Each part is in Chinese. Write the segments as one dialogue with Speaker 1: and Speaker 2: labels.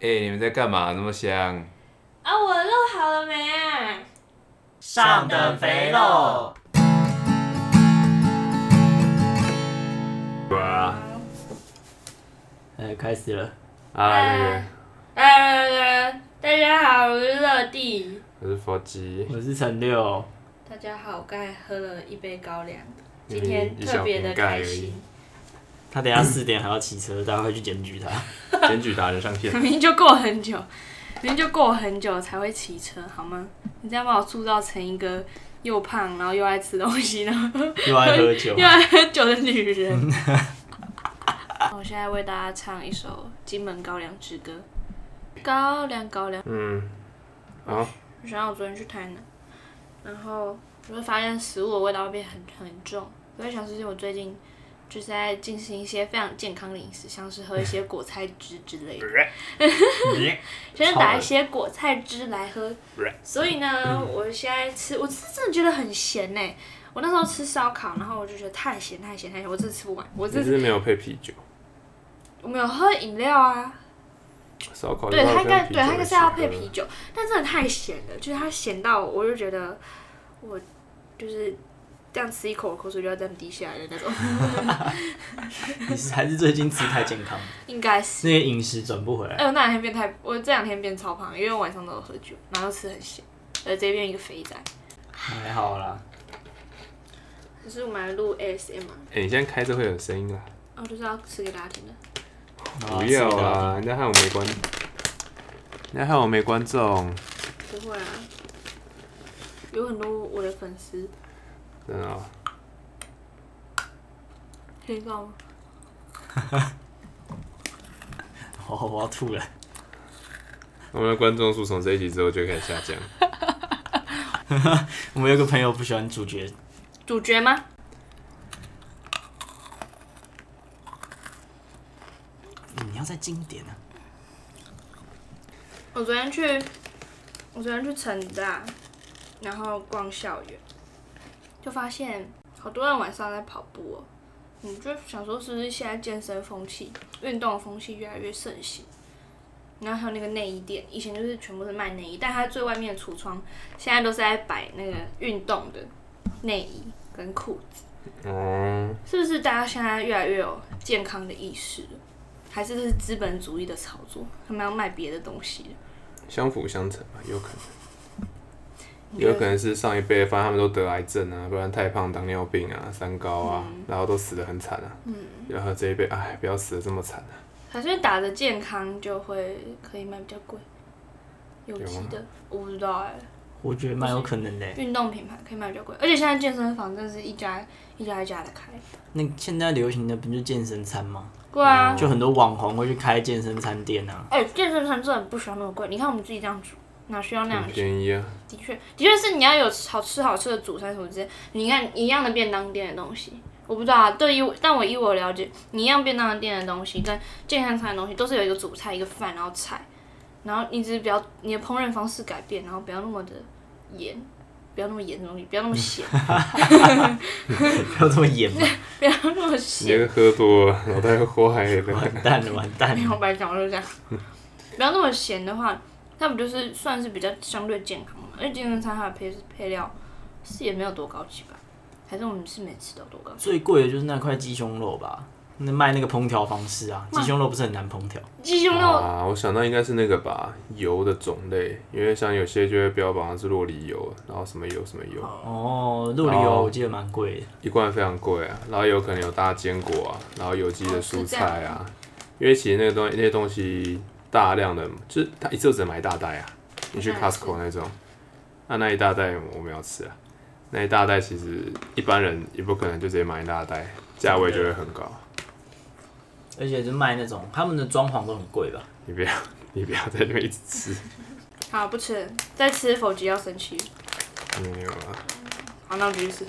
Speaker 1: 哎、你们在干嘛？那么香？
Speaker 2: 啊，我的肉好了没啊？
Speaker 3: 上等肥肉。
Speaker 1: 哇！
Speaker 3: 哎，开始了。
Speaker 2: 哎
Speaker 1: 啊，那个
Speaker 2: 呃，大家好，我是乐弟。
Speaker 1: 我是佛吉，
Speaker 3: 我是陈六，
Speaker 2: 大家好，我刚才喝了一杯高粱，
Speaker 1: 明
Speaker 2: 今
Speaker 1: 明
Speaker 2: 天特别的开心。
Speaker 3: 他等一下四点还要骑车，待会去检举他。
Speaker 1: 检举达人上线。
Speaker 2: 明明就过很久，明明就过很久才会骑车，好吗？你这样把我塑造成一个又胖，然后又爱吃东西，然后，
Speaker 3: 又爱喝酒
Speaker 2: 又爱喝酒的女人。我现在为大家唱一首《金门高粱之歌》。高粱，高粱。
Speaker 1: 嗯，好，
Speaker 2: 我想到我昨天去台南，然后我就发现食物的味道会变很很重。我在想，最近我最近就是在进行一些非常健康的饮食，像是喝一些果菜汁之类的，先打一些果菜汁来喝。所以呢，我现在吃，我是真的觉得很咸呢、我那时候吃烧烤，然后我就觉得太咸太咸太咸，我真的吃不完。 我
Speaker 1: 你
Speaker 2: 这
Speaker 1: 是没有配啤酒，
Speaker 2: 我没有喝饮料啊，
Speaker 1: 烧烤
Speaker 2: 对，
Speaker 1: 它
Speaker 2: 它应该对它应该是要配啤
Speaker 1: 酒。
Speaker 2: 酒，但真的太咸了，就是它咸到我就觉得我就是这样吃一口，我口水就要这样滴下来的那种，
Speaker 3: 你是还是最近吃太健康，
Speaker 2: 应该是。
Speaker 3: 那个饮食转不回来。
Speaker 2: 哎、我那两天变太，我这两天变超胖，因为我晚上都有喝酒，然后吃很咸，呃，直接变一个肥仔。
Speaker 3: 还好啦，
Speaker 2: 可是我们来录 ASM 啊，
Speaker 1: 哎、你现在开车会有声音啦？
Speaker 2: 然哦后就是要吃给大家听的。哦
Speaker 3: 好
Speaker 1: 不要！
Speaker 3: 吃得到
Speaker 1: 啊！人家害我没观，人家害我没观众，
Speaker 2: 不会啊，有很多我的粉丝
Speaker 1: 真的哦、
Speaker 2: 听到吗？
Speaker 3: 哦，我要吐了。
Speaker 1: 我们的观众数从这一集之后就开始下降。
Speaker 3: 我们有个朋友不喜欢主角，
Speaker 2: 主角吗？
Speaker 3: 你要再经典啊！
Speaker 2: 我昨天去，我昨天去成大，然后逛校园，就发现好多人晚上在跑步哦。你就想说，是不是现在健身风气、运动风气越来越盛行？然后还有那个内衣店，以前就是全部是卖内衣，但它最外面的橱窗现在都是在摆那个运动的内衣跟裤子，
Speaker 1: 哦、
Speaker 2: 是不是大家现在越来越有健康的意识了？还是这是资本主义的炒作？他们要卖别的东西了？
Speaker 1: 相辅相成吧，有可能。
Speaker 2: 你觉
Speaker 1: 有
Speaker 2: 得
Speaker 1: 可能是上一辈，发现他们都得癌症啊，不然太胖、糖尿病啊、三高啊，
Speaker 2: 嗯
Speaker 1: 然后都死得很惨啊。然后这一辈，哎，不要死得这么惨啊！
Speaker 2: 还是打着健康就会可以卖比较贵，有
Speaker 1: 有
Speaker 2: 机
Speaker 1: 吗
Speaker 2: 的我不知道哎、
Speaker 3: 我觉得蛮有可能的。
Speaker 2: 运动品牌可以卖比较贵，而且现在健身房真的是一家一家一家的开，
Speaker 3: 那现在流行的不就是健身餐吗？
Speaker 2: 对啊，
Speaker 1: 嗯
Speaker 3: 就很多网红会去开健身餐店啊。
Speaker 2: 哎、健身餐真的不需要那么贵，你看我们自己这样煮，哪需要那样
Speaker 1: 很
Speaker 2: 煮？
Speaker 1: 便宜啊，
Speaker 2: 的确，的确是你要有好吃好吃的主餐什么之类，你看一样的便当店的东西。我不知道啊，对于但我依我了解，你一样便当店的东西跟健身餐的东西都是有一个主菜一个饭，然后菜，然后你只是比较你的烹饪方式改变，然后不要那么的盐，不要那么盐的东西，不要那么咸，
Speaker 3: 不要这么演嘛！
Speaker 2: 不要那么
Speaker 1: 你
Speaker 2: 咸。
Speaker 1: 这个喝多了，脑袋坏了。
Speaker 3: 完蛋了，完蛋
Speaker 2: 没
Speaker 3: 了！
Speaker 2: 有白讲，我就这样。不要那么咸的话，那不就是算是比较相对健康嘛？而且健身餐它的配配料是也没有多高级吧？还是我们是没吃到多高级？
Speaker 3: 最贵的就是那块鸡胸肉吧，那卖那个烹调方式啊，鸡胸肉不是很难烹调，
Speaker 2: 鸡胸肉
Speaker 1: 啊，我想到应该是那个吧，油的种类，因为像有些就会标榜它是洛梨油，然后什么油什么油，
Speaker 3: 哦，肉里
Speaker 1: 哦
Speaker 3: 油我记得蛮贵的，
Speaker 1: 一罐非常贵啊，然后有可能有搭坚果啊，然后有机的
Speaker 2: 哦是
Speaker 1: 蔬
Speaker 2: 这样
Speaker 1: 菜啊，因为其实那个东西那些东西大量的，就是他一次就只能买一大袋啊，你去
Speaker 2: 当然是
Speaker 1: Costco 那种，啊那、那一大袋我们要吃啊，那一大袋其实一般人也不可能就直接买一大袋，价位就会很高。
Speaker 3: 而且是卖那种他们的装潢都很 贵吧？
Speaker 1: 你不要 你不要在那边一直吃，
Speaker 2: 好，不吃了，再吃否极要生气。
Speaker 1: 没有 啊，
Speaker 2: 好，那我继续 吃。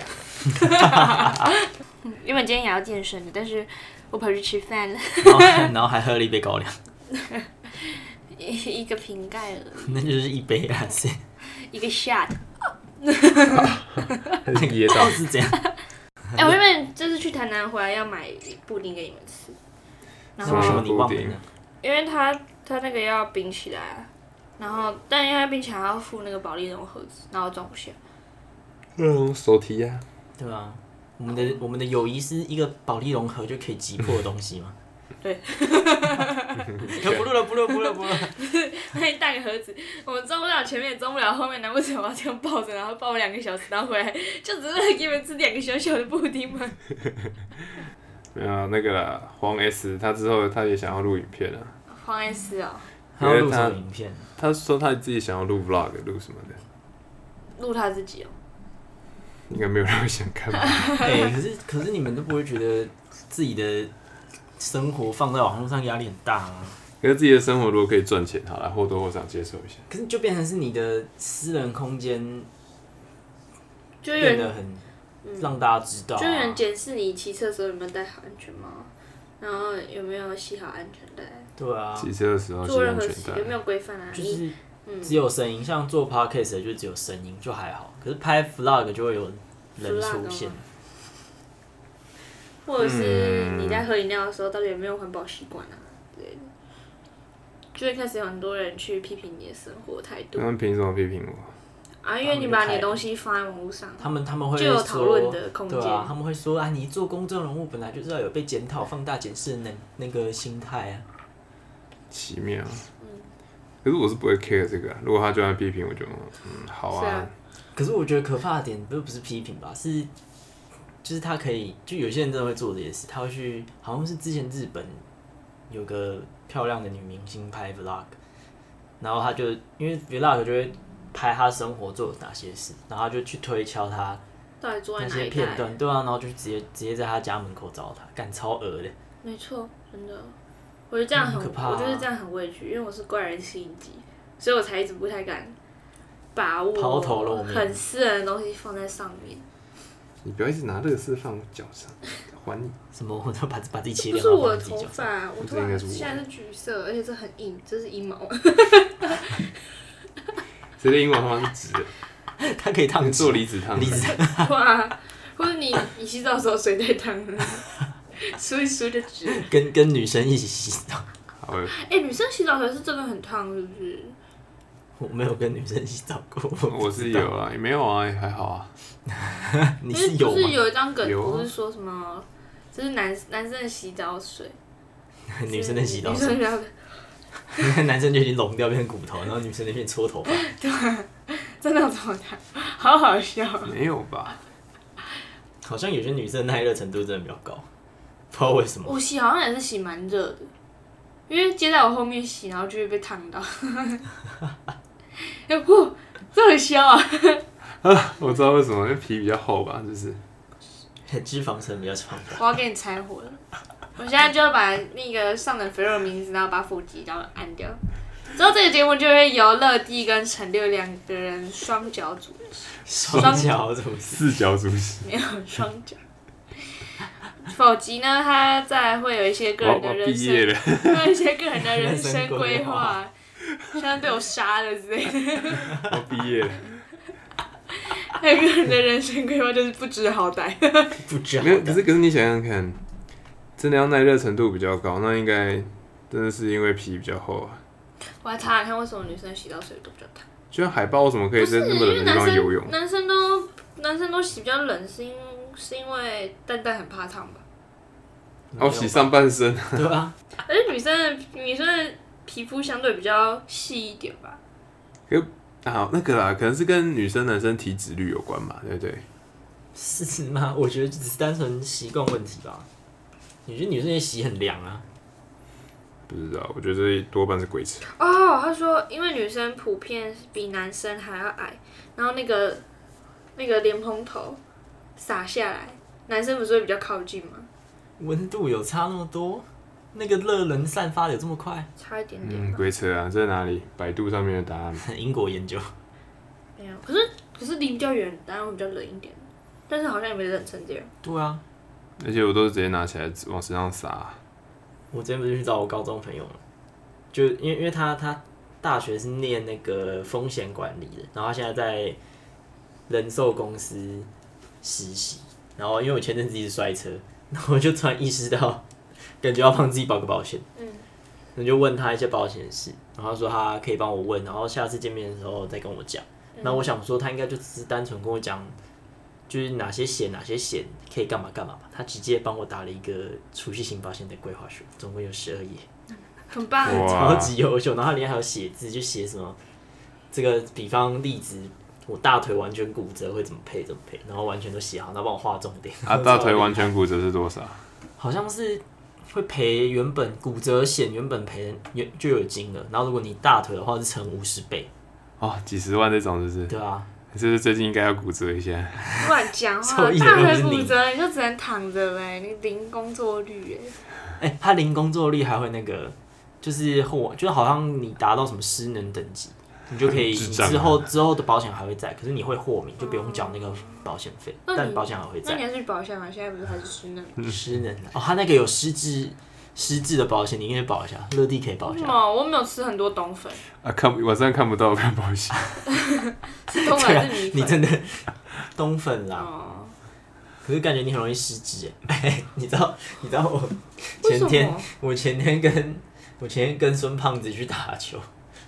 Speaker 2: 嗯原本今天也要健身的，但是我跑去吃饭了，
Speaker 3: 然后然后还喝了一杯高粱，
Speaker 2: 一个瓶盖了，
Speaker 3: 那就是一杯啊， 是。
Speaker 2: 一个 shot。
Speaker 1: 噎到
Speaker 3: 是这样。
Speaker 2: 哎、我原本这次去台南回来要买布丁给你们吃，然
Speaker 3: 那
Speaker 2: 后
Speaker 3: 为什么你忘了
Speaker 1: 布丁
Speaker 3: 呢？
Speaker 2: 因为它它那个要冰起来啊，然后但因为它冰起来还要附那个保利龙盒子，然后我装不下。
Speaker 1: 嗯，手提呀、
Speaker 3: 对吧？我们的我们的友谊是一个保利融合就可以击破的东西 嘛。
Speaker 2: 对。
Speaker 3: 不录了，不录了，不录了，不 录了。
Speaker 2: 那一大个盒子，我们装不了前面，也装不了后面，难不成我要这样抱着，然后抱两个小时，然后回来就只是为了给你们吃两个小小的布丁吗？
Speaker 1: 没有啊那个啦黄 S，他之后他也想要录影片啊。
Speaker 2: 黄 S 哦，
Speaker 3: 还要录什么影片？
Speaker 1: 他说他自己想要录 vlog，录什么的，
Speaker 2: 录他自己哦。
Speaker 1: 应该没有人会想看吧？
Speaker 3: 哎、可是可是你们都不会觉得自己的生活放在网络上压力很大吗？
Speaker 1: 可是自己的生活如果可以赚钱，好了，或多或少接受一下。
Speaker 3: 可是就变成是你的私人空间
Speaker 2: 就有
Speaker 3: 变
Speaker 2: 人
Speaker 3: 得很让大家知道、啊，
Speaker 2: 就有人检视你骑车的时候有没有戴好安全帽，然后有没有系好安全带，
Speaker 3: 对啊，
Speaker 1: 骑车的时候系
Speaker 2: 做任
Speaker 1: 安
Speaker 2: 何
Speaker 1: 全
Speaker 2: 事有没
Speaker 1: 带，
Speaker 2: 有规范啊？
Speaker 3: 就
Speaker 2: 你
Speaker 3: 是只有声音，像做 podcast 的就只有声音就还好，可是拍 vlog 就会有人出
Speaker 2: vlog 哦
Speaker 3: 现
Speaker 2: 吗，或者是你在喝饮料的时候到底有没有环保习惯啊？对，就会开始有很多人去批评你的生活态度
Speaker 1: 他们凭什么批评我？
Speaker 2: 啊，因为你
Speaker 3: 他们就
Speaker 2: 把
Speaker 3: 开
Speaker 2: 你的东西放在网络上，
Speaker 3: 他们他们会
Speaker 2: 就有
Speaker 3: 说
Speaker 2: 讨论的空间
Speaker 3: 对啊，他们会说啊，你做公众人物本来就是要有被检讨、放大检视的能那个心态啊。
Speaker 1: 奇妙。啊可是我是不会 care 这个、啊，如果他就算批评，我就嗯好
Speaker 2: 是
Speaker 1: 啊
Speaker 2: 啊，
Speaker 3: 可是我觉得可怕的点不不是批评吧，是就是他可以，就有些人真的会做这些事，他会去，好像是之前日本有个漂亮的女明星拍 vlog，然后他就因为 vlog 就会拍她生活做哪些事，然后他就去推敲她
Speaker 2: 到底坐在
Speaker 3: 那
Speaker 2: 哪
Speaker 3: 些
Speaker 2: 一
Speaker 3: 片
Speaker 2: 代？
Speaker 3: 段，对啊，然后就直接直接在她家门口找她，干超恶的，
Speaker 2: 没错，真的，我觉得这样
Speaker 3: 嗯
Speaker 2: 很，
Speaker 3: 可怕啊
Speaker 2: 我觉得这样很畏惧，因为我是怪人吸引机，所以我才一直不太敢把
Speaker 3: 抛头露
Speaker 2: 我
Speaker 3: 面
Speaker 2: 很私人的东西放在上面。
Speaker 1: 你不要一直拿乐事放我脚上，还你。
Speaker 3: 什么我都把把自己切
Speaker 2: 不
Speaker 3: 掉，
Speaker 2: 是
Speaker 3: 然后
Speaker 2: 我的
Speaker 3: 放在自
Speaker 2: 头
Speaker 3: 己脚上。
Speaker 2: 发，我
Speaker 1: 这
Speaker 2: 头
Speaker 1: 应该
Speaker 2: 发
Speaker 1: 是我
Speaker 2: 现在是橘色，而且这很硬，这是阴 毛。
Speaker 1: 谁的英文他妈是直的？
Speaker 3: 他可以烫
Speaker 1: 做
Speaker 3: 做
Speaker 1: 离子烫，
Speaker 3: 离子
Speaker 2: 哇，或者你你洗澡的时候水太烫了， 梳一梳就直。
Speaker 3: 跟跟女生一起洗澡，
Speaker 1: 好恶
Speaker 2: 哎、女生洗澡可是真的很烫，是不是？
Speaker 3: 我没有跟女生洗澡过，
Speaker 1: 我是有啊，也没有啊，也还好啊。
Speaker 3: 你
Speaker 2: 因为
Speaker 3: 是有
Speaker 2: 不是
Speaker 3: 吗？
Speaker 2: 有一张梗
Speaker 1: 有啊
Speaker 2: 图是说什么？就是男男生的洗澡水，
Speaker 3: 女生的洗澡
Speaker 2: 女
Speaker 3: 水
Speaker 2: 生，的洗澡水
Speaker 3: 男生就已经融掉变成骨头，然后女生那边搓头发，
Speaker 2: 真的有这么烫，好好笑。
Speaker 1: 没有吧？
Speaker 3: 好像有些女生耐热程度真的比较高，不知道为什么。
Speaker 2: 我洗好像也是洗蛮热的，因为接在我后面洗，然后就会被烫到。 哎、不，这很香啊！
Speaker 1: 我知道为什么，因为皮比较厚吧，就是
Speaker 3: 脂肪层比较长，
Speaker 2: 我要给你拆火了。我现在就要把那个上等肥肉的名字，然后把腹肌然后按掉。之后这个节目就会由乐蒂跟陈六两个人双脚主
Speaker 3: 双脚怎么
Speaker 1: 四角主席。
Speaker 2: 没有双脚。否极呢，他再会有一些个
Speaker 1: 我要
Speaker 2: 人
Speaker 1: 我要
Speaker 2: 的人
Speaker 1: 毕
Speaker 2: 生，
Speaker 1: 业了，
Speaker 2: 会有一些个人的人生
Speaker 3: 人生规
Speaker 2: 规
Speaker 3: 划
Speaker 2: 划，像被我杀了之类的。
Speaker 1: 我毕业了。
Speaker 2: 还有个人的人生规划就是不知好歹。
Speaker 3: 不知
Speaker 1: 没有，可
Speaker 3: 道？
Speaker 1: 是可是你想想看，真的要耐热程度比较高，那应该真的是因为皮比较厚啊。
Speaker 2: 我还查查看为什么女生洗到水都比较烫，
Speaker 1: 就像海豹为什么可以
Speaker 2: 不
Speaker 1: 在
Speaker 2: 是
Speaker 1: 那
Speaker 2: 因
Speaker 1: 么冷
Speaker 2: 为
Speaker 1: 的地
Speaker 2: 男
Speaker 1: 方游泳
Speaker 2: 生？男生都男生都洗比较冷，是因是因为蛋蛋很怕烫吧？
Speaker 1: 哦，洗上半身，
Speaker 3: 对啊，
Speaker 2: 而且女生的女生的皮肤相对比较细一点吧。
Speaker 1: 好那个啦，可能是跟女生男生体脂率有关吧，对不对？
Speaker 3: 是吗？我觉得只是单纯习惯问题吧。有些女生也洗很凉啊，
Speaker 1: 不知道，我觉得这多半是鬼扯。
Speaker 2: 哦，他说因为女生普遍比男生还要矮，然后那个那个莲蓬头洒下来，男生不是会比较靠近吗？
Speaker 3: 温度有差那么多，那个热能散发的有这么快？
Speaker 2: 差一点点
Speaker 1: 嗯，
Speaker 2: 吧，
Speaker 1: 鬼扯啊，这是哪里？百度上面的答案吗。
Speaker 3: 英国研究，
Speaker 2: 没有。可是可是离比较远，当然会比较冷一点，但是好像也没冷成这样。
Speaker 3: 对啊，
Speaker 1: 而且我都是直接拿起来往身上撒、
Speaker 2: 啊
Speaker 3: 我之前不是去找我高中朋友嘛，就因为因为他他大学是念那个风险管理的，然后他现在在人寿公司实习，然后因为我前 阵子一直摔车，然后我就突然意识到，感觉要帮自己保个保险，
Speaker 2: 嗯，
Speaker 3: 那就问他一些保险事，然后他说他可以帮我问，然后下次见面的时候再跟我讲。那我想说，他应该就只是单纯跟我讲，就是哪些险哪些险可以干嘛干嘛吧。他直接帮我打了一个储蓄型保险的规划书，总共有十二页，
Speaker 2: 很棒，
Speaker 1: 哇
Speaker 3: 超级优秀。然后他里面还有写字，就写什么这个，比方例子，我大腿完全骨折会怎么配怎么配，然后完全都写好，然后帮我画重 点。
Speaker 1: 啊，大腿完全骨折是多少？
Speaker 3: 好像是会赔原本骨折险原本赔原就有金额，然后如果你大腿的话是乘五十倍，
Speaker 1: 哦，几十万这种是不是？
Speaker 3: 对啊，
Speaker 1: 是不是最近应该要骨折一下？
Speaker 2: 乱讲话，
Speaker 3: 所以
Speaker 2: 大
Speaker 3: 我
Speaker 2: 腿
Speaker 3: 是
Speaker 2: 骨
Speaker 3: 零
Speaker 2: 折你就只能躺着嘞，你零工作率哎，
Speaker 3: 哎、他零工作率还会那个，就是后就是好像你达到什么失能等级，你就可以
Speaker 1: 智
Speaker 3: 你
Speaker 1: 障啊
Speaker 3: 之后之后的保险还会在，可是你会豁免，就不用缴那个保险费，
Speaker 2: 那你
Speaker 3: 但保险还会
Speaker 2: 嗯那
Speaker 3: 在
Speaker 2: 你。要去保险吗？现在不是还是失能？
Speaker 3: 失能哦，他那个有失智失智的保险，你可以保一下，乐地可以保
Speaker 2: 为
Speaker 3: 一
Speaker 2: 什
Speaker 3: 下。
Speaker 2: 么我没有吃很多冬粉？
Speaker 1: 啊，看不晚上看不到，我看不好戏。
Speaker 2: 是冬
Speaker 3: 对
Speaker 2: 粉
Speaker 3: 啊
Speaker 2: 还是米
Speaker 3: 你
Speaker 2: 粉？
Speaker 3: 真的 冬粉啦，
Speaker 2: 哦，
Speaker 3: 可是感觉你很容易失智哎、 你知道你知道我
Speaker 2: 为什
Speaker 3: 前天
Speaker 2: 么？
Speaker 3: 我前天跟我前天跟孙胖子去打球，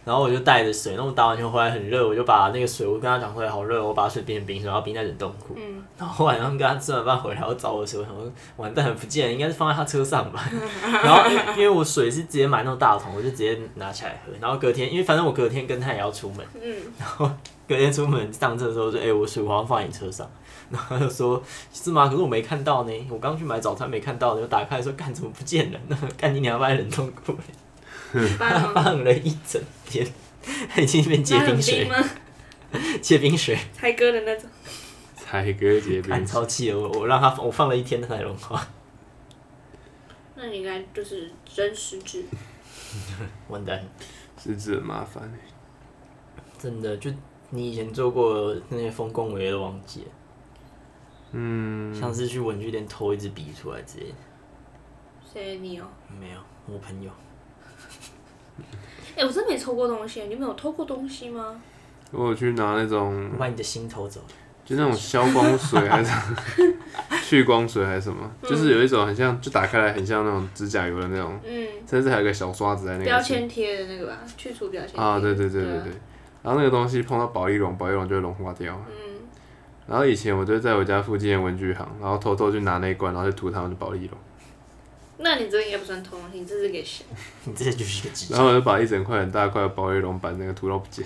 Speaker 3: 然后我就带着水，那我打完球回来很热，我就把那个水，我跟他讲说哎好热，我把水变成冰水，然后冰在冷冻库。
Speaker 2: 嗯，
Speaker 3: 然后晚上跟他吃完饭回来，我找我的水，我想说完蛋了，不见了，应该是放在他车上吧。 然后因为我水是直接买那种大桶，我就直接拿起来喝。然后隔天，因为反正我隔天跟他也要出门，
Speaker 2: 嗯，
Speaker 3: 隔天出门上车的时候说：“哎、我水壶好像放在你车上。”然后他就说：“是吗？可是我没看到呢，我刚去买早餐没看到呢。”我打开说：“干，怎么不见了呢？ 干你娘，放在冷冻库里，
Speaker 2: 一般 吗？
Speaker 3: 欸放了一整天，已经变结
Speaker 2: 哦那很
Speaker 3: 冰
Speaker 2: 冰
Speaker 3: 水，
Speaker 2: 吗？
Speaker 3: 结冰水，
Speaker 2: 才哥的那种，
Speaker 1: 才哥结
Speaker 3: 干
Speaker 1: 冰，
Speaker 3: 超气的。我我让他我放了一天，他才融化，
Speaker 2: 那你应该就是真实质。
Speaker 3: 完蛋，
Speaker 1: 是指很麻烦。欸
Speaker 3: 真的就你以前做过那些丰功伟业都忘记了，
Speaker 1: 嗯，
Speaker 3: 像是去文具店偷一支笔出来之类的，
Speaker 2: 谁你哦？
Speaker 3: 没有，我朋友
Speaker 2: 哎、我真没偷过东西，你们有偷过东西吗？
Speaker 1: 我有去拿那种
Speaker 3: 我，把你的心偷走了，
Speaker 1: 就那种消光水还是 去光水还是什么，就是有一种很像，就打开来很像那种指甲油的那种，
Speaker 2: 嗯，
Speaker 1: 甚至还有个小刷子在那个
Speaker 2: 标签贴的那个吧，去除标签贴
Speaker 1: 啊，对对对对
Speaker 2: 对
Speaker 1: 对
Speaker 2: 啊。
Speaker 1: 然后那个东西碰到保丽龙，保丽龙就会融化掉。
Speaker 2: 嗯，
Speaker 1: 然后以前我就在我家附近的文具行，然后偷偷去拿那一罐，然后去涂他们的保丽龙，
Speaker 2: 那你这个应该不算偷，你这是给谁？
Speaker 1: 嗯
Speaker 3: 你这就是一个智障
Speaker 1: 然，后我就把一整块很大块的保丽龙板那个涂到不见。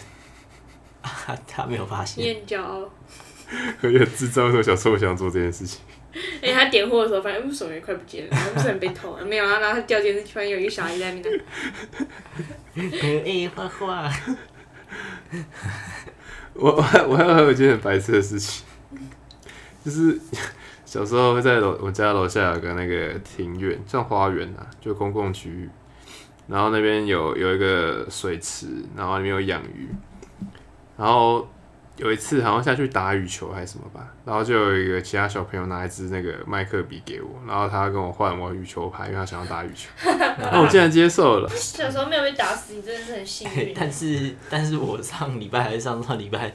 Speaker 3: 他他没有发现
Speaker 2: 你。很骄傲。
Speaker 1: 我有智障的时候，小时候我想做这件事情。
Speaker 2: 哎、他点货的时候发现，嗯，手机快不见了， 不是很被偷了，没有啊，然后他掉监视器，发现有一个小孩在那边拿。
Speaker 3: 可以画画。
Speaker 1: 我我还我还有还有一件很白痴的事情，就是 小时候会在楼我家楼下有个那个庭院，像花园啊，就公共区域，然后那边有有一个水池，然后里面有养鱼，然后有一次好像下去打羽球还是什么吧，然后就有一个其他小朋友拿一支那个麦克笔给我，然后他跟我换我羽球拍，因为他想要打羽球，那我竟然接受了，
Speaker 2: 小时候没有被打死，你真的是很 幸运。
Speaker 3: 但是，但是我上礼拜还是上上礼拜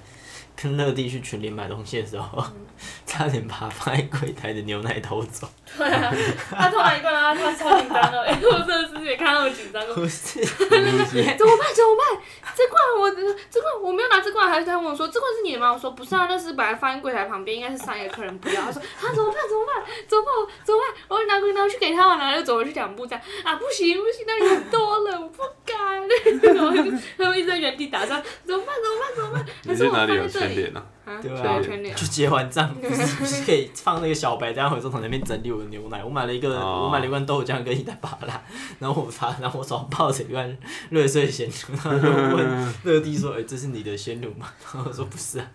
Speaker 3: 跟乐地去群里买东西的时候， 差点把放在柜台的牛奶偷走。
Speaker 2: 对啊，他偷完一罐，然后他超紧张的，哎、 我真的是没看到我紧张过。
Speaker 3: 不 是，
Speaker 2: 怎么办？怎么办？这罐我这罐我没有拿这罐，还他问我说这罐是你的吗？我说不是啊，那是把它放在柜台旁边，应该是上一个客人不要。他说啊怎么办？怎么办？怎么办？怎么办？我拿过拿去给他，然后又走回去两步这样啊不行不行，那里很多了，我不敢。 然后就他们一直在原地打转，怎么办？怎么办？怎么办？
Speaker 1: 你
Speaker 2: 还
Speaker 1: 去
Speaker 2: 是我
Speaker 1: 哪里
Speaker 2: 放在
Speaker 1: 有
Speaker 2: 这
Speaker 1: 全
Speaker 2: 里
Speaker 1: 脸啊？
Speaker 2: 啊？
Speaker 3: 对
Speaker 2: 对
Speaker 3: 啊
Speaker 2: 啊，全脸。
Speaker 3: 就结完账，不是不是可以放那个小白单，我就从那边整理我的牛奶。我买了一个，
Speaker 1: 哦
Speaker 3: 我买了一罐豆浆跟一袋芭拉，然后我发，然后我手上抱着一罐瑞穗鲜乳，然后就问乐地说：“哎、这是你的鲜乳吗？”然后我说：“不是啊，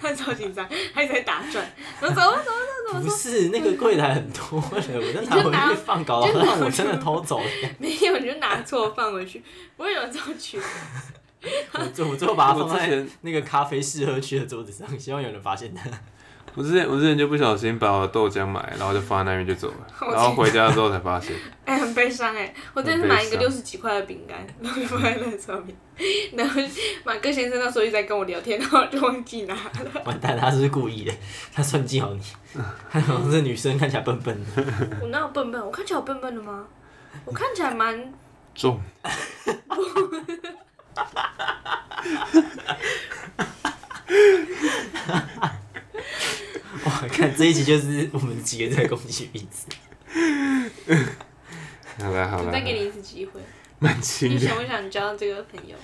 Speaker 2: 他超紧张，他一直在打转。然后走啊走啊走啊
Speaker 3: 不
Speaker 2: 走啊，
Speaker 3: 是那个柜台很多人，我就拿
Speaker 2: 你就拿
Speaker 3: 回去放，搞
Speaker 2: 你就拿
Speaker 3: 到
Speaker 2: 回
Speaker 3: 我
Speaker 2: 去
Speaker 3: 真的偷走了。”
Speaker 2: 没有你就拿错放回去，我也有这种取
Speaker 3: 我最我最后把它
Speaker 1: 我
Speaker 3: 放
Speaker 1: 之
Speaker 3: 在
Speaker 1: 前
Speaker 3: 那个咖啡适合区的桌子上，希望有人发现它。
Speaker 1: 我之前我之前就不小心把我的豆浆买，然后就放在那边就走
Speaker 2: 好
Speaker 1: 了，然后回家的时候才发现，
Speaker 2: 哎、很悲伤哎、我这次
Speaker 1: 很悲
Speaker 2: 买一个
Speaker 1: 伤
Speaker 2: 六十几块的饼干， 然后就放在那上面，然后马克先生那时候一直在跟我聊天，然后我就忘记拿了。
Speaker 3: 完蛋，他是不是故意的，他算计好你。他好像是女生看起来笨笨的，
Speaker 2: 我哪有笨笨？我看起来有笨笨的吗？我看起来蛮
Speaker 1: 重，
Speaker 3: 哇，看这一集就是我们几个在攻击彼此。
Speaker 1: 好啦好
Speaker 2: 我
Speaker 1: 啦
Speaker 2: 再，给你一次机会，
Speaker 1: 蛮轻
Speaker 2: 你
Speaker 1: 的，
Speaker 2: 想不想交这个朋友？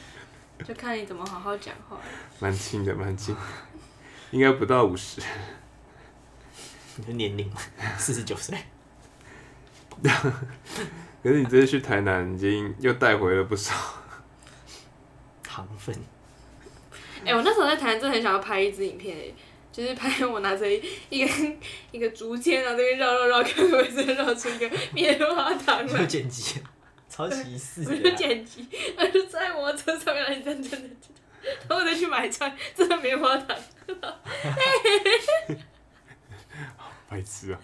Speaker 2: 就看你怎么好好讲话。
Speaker 1: 蛮轻的，蛮轻的，应该不到五十，
Speaker 3: 你的年龄四十九岁，
Speaker 1: 可是你这次去台南已经又带回了不少，
Speaker 3: 糖分。
Speaker 2: 哎、我那时候在台南真的很想要拍一支影片、欸，就是拍我拿着一一根一个竹签，然后这边绕绕绕，看会不会绕出一个棉花糖
Speaker 3: 就
Speaker 2: 来。
Speaker 3: 剪辑，超歧视
Speaker 2: 我就
Speaker 3: 的啊。
Speaker 2: 剪辑，我就在摩托车上面，然后你真的真的，然后我再去买串，真的棉花糖，
Speaker 1: 白痴啊！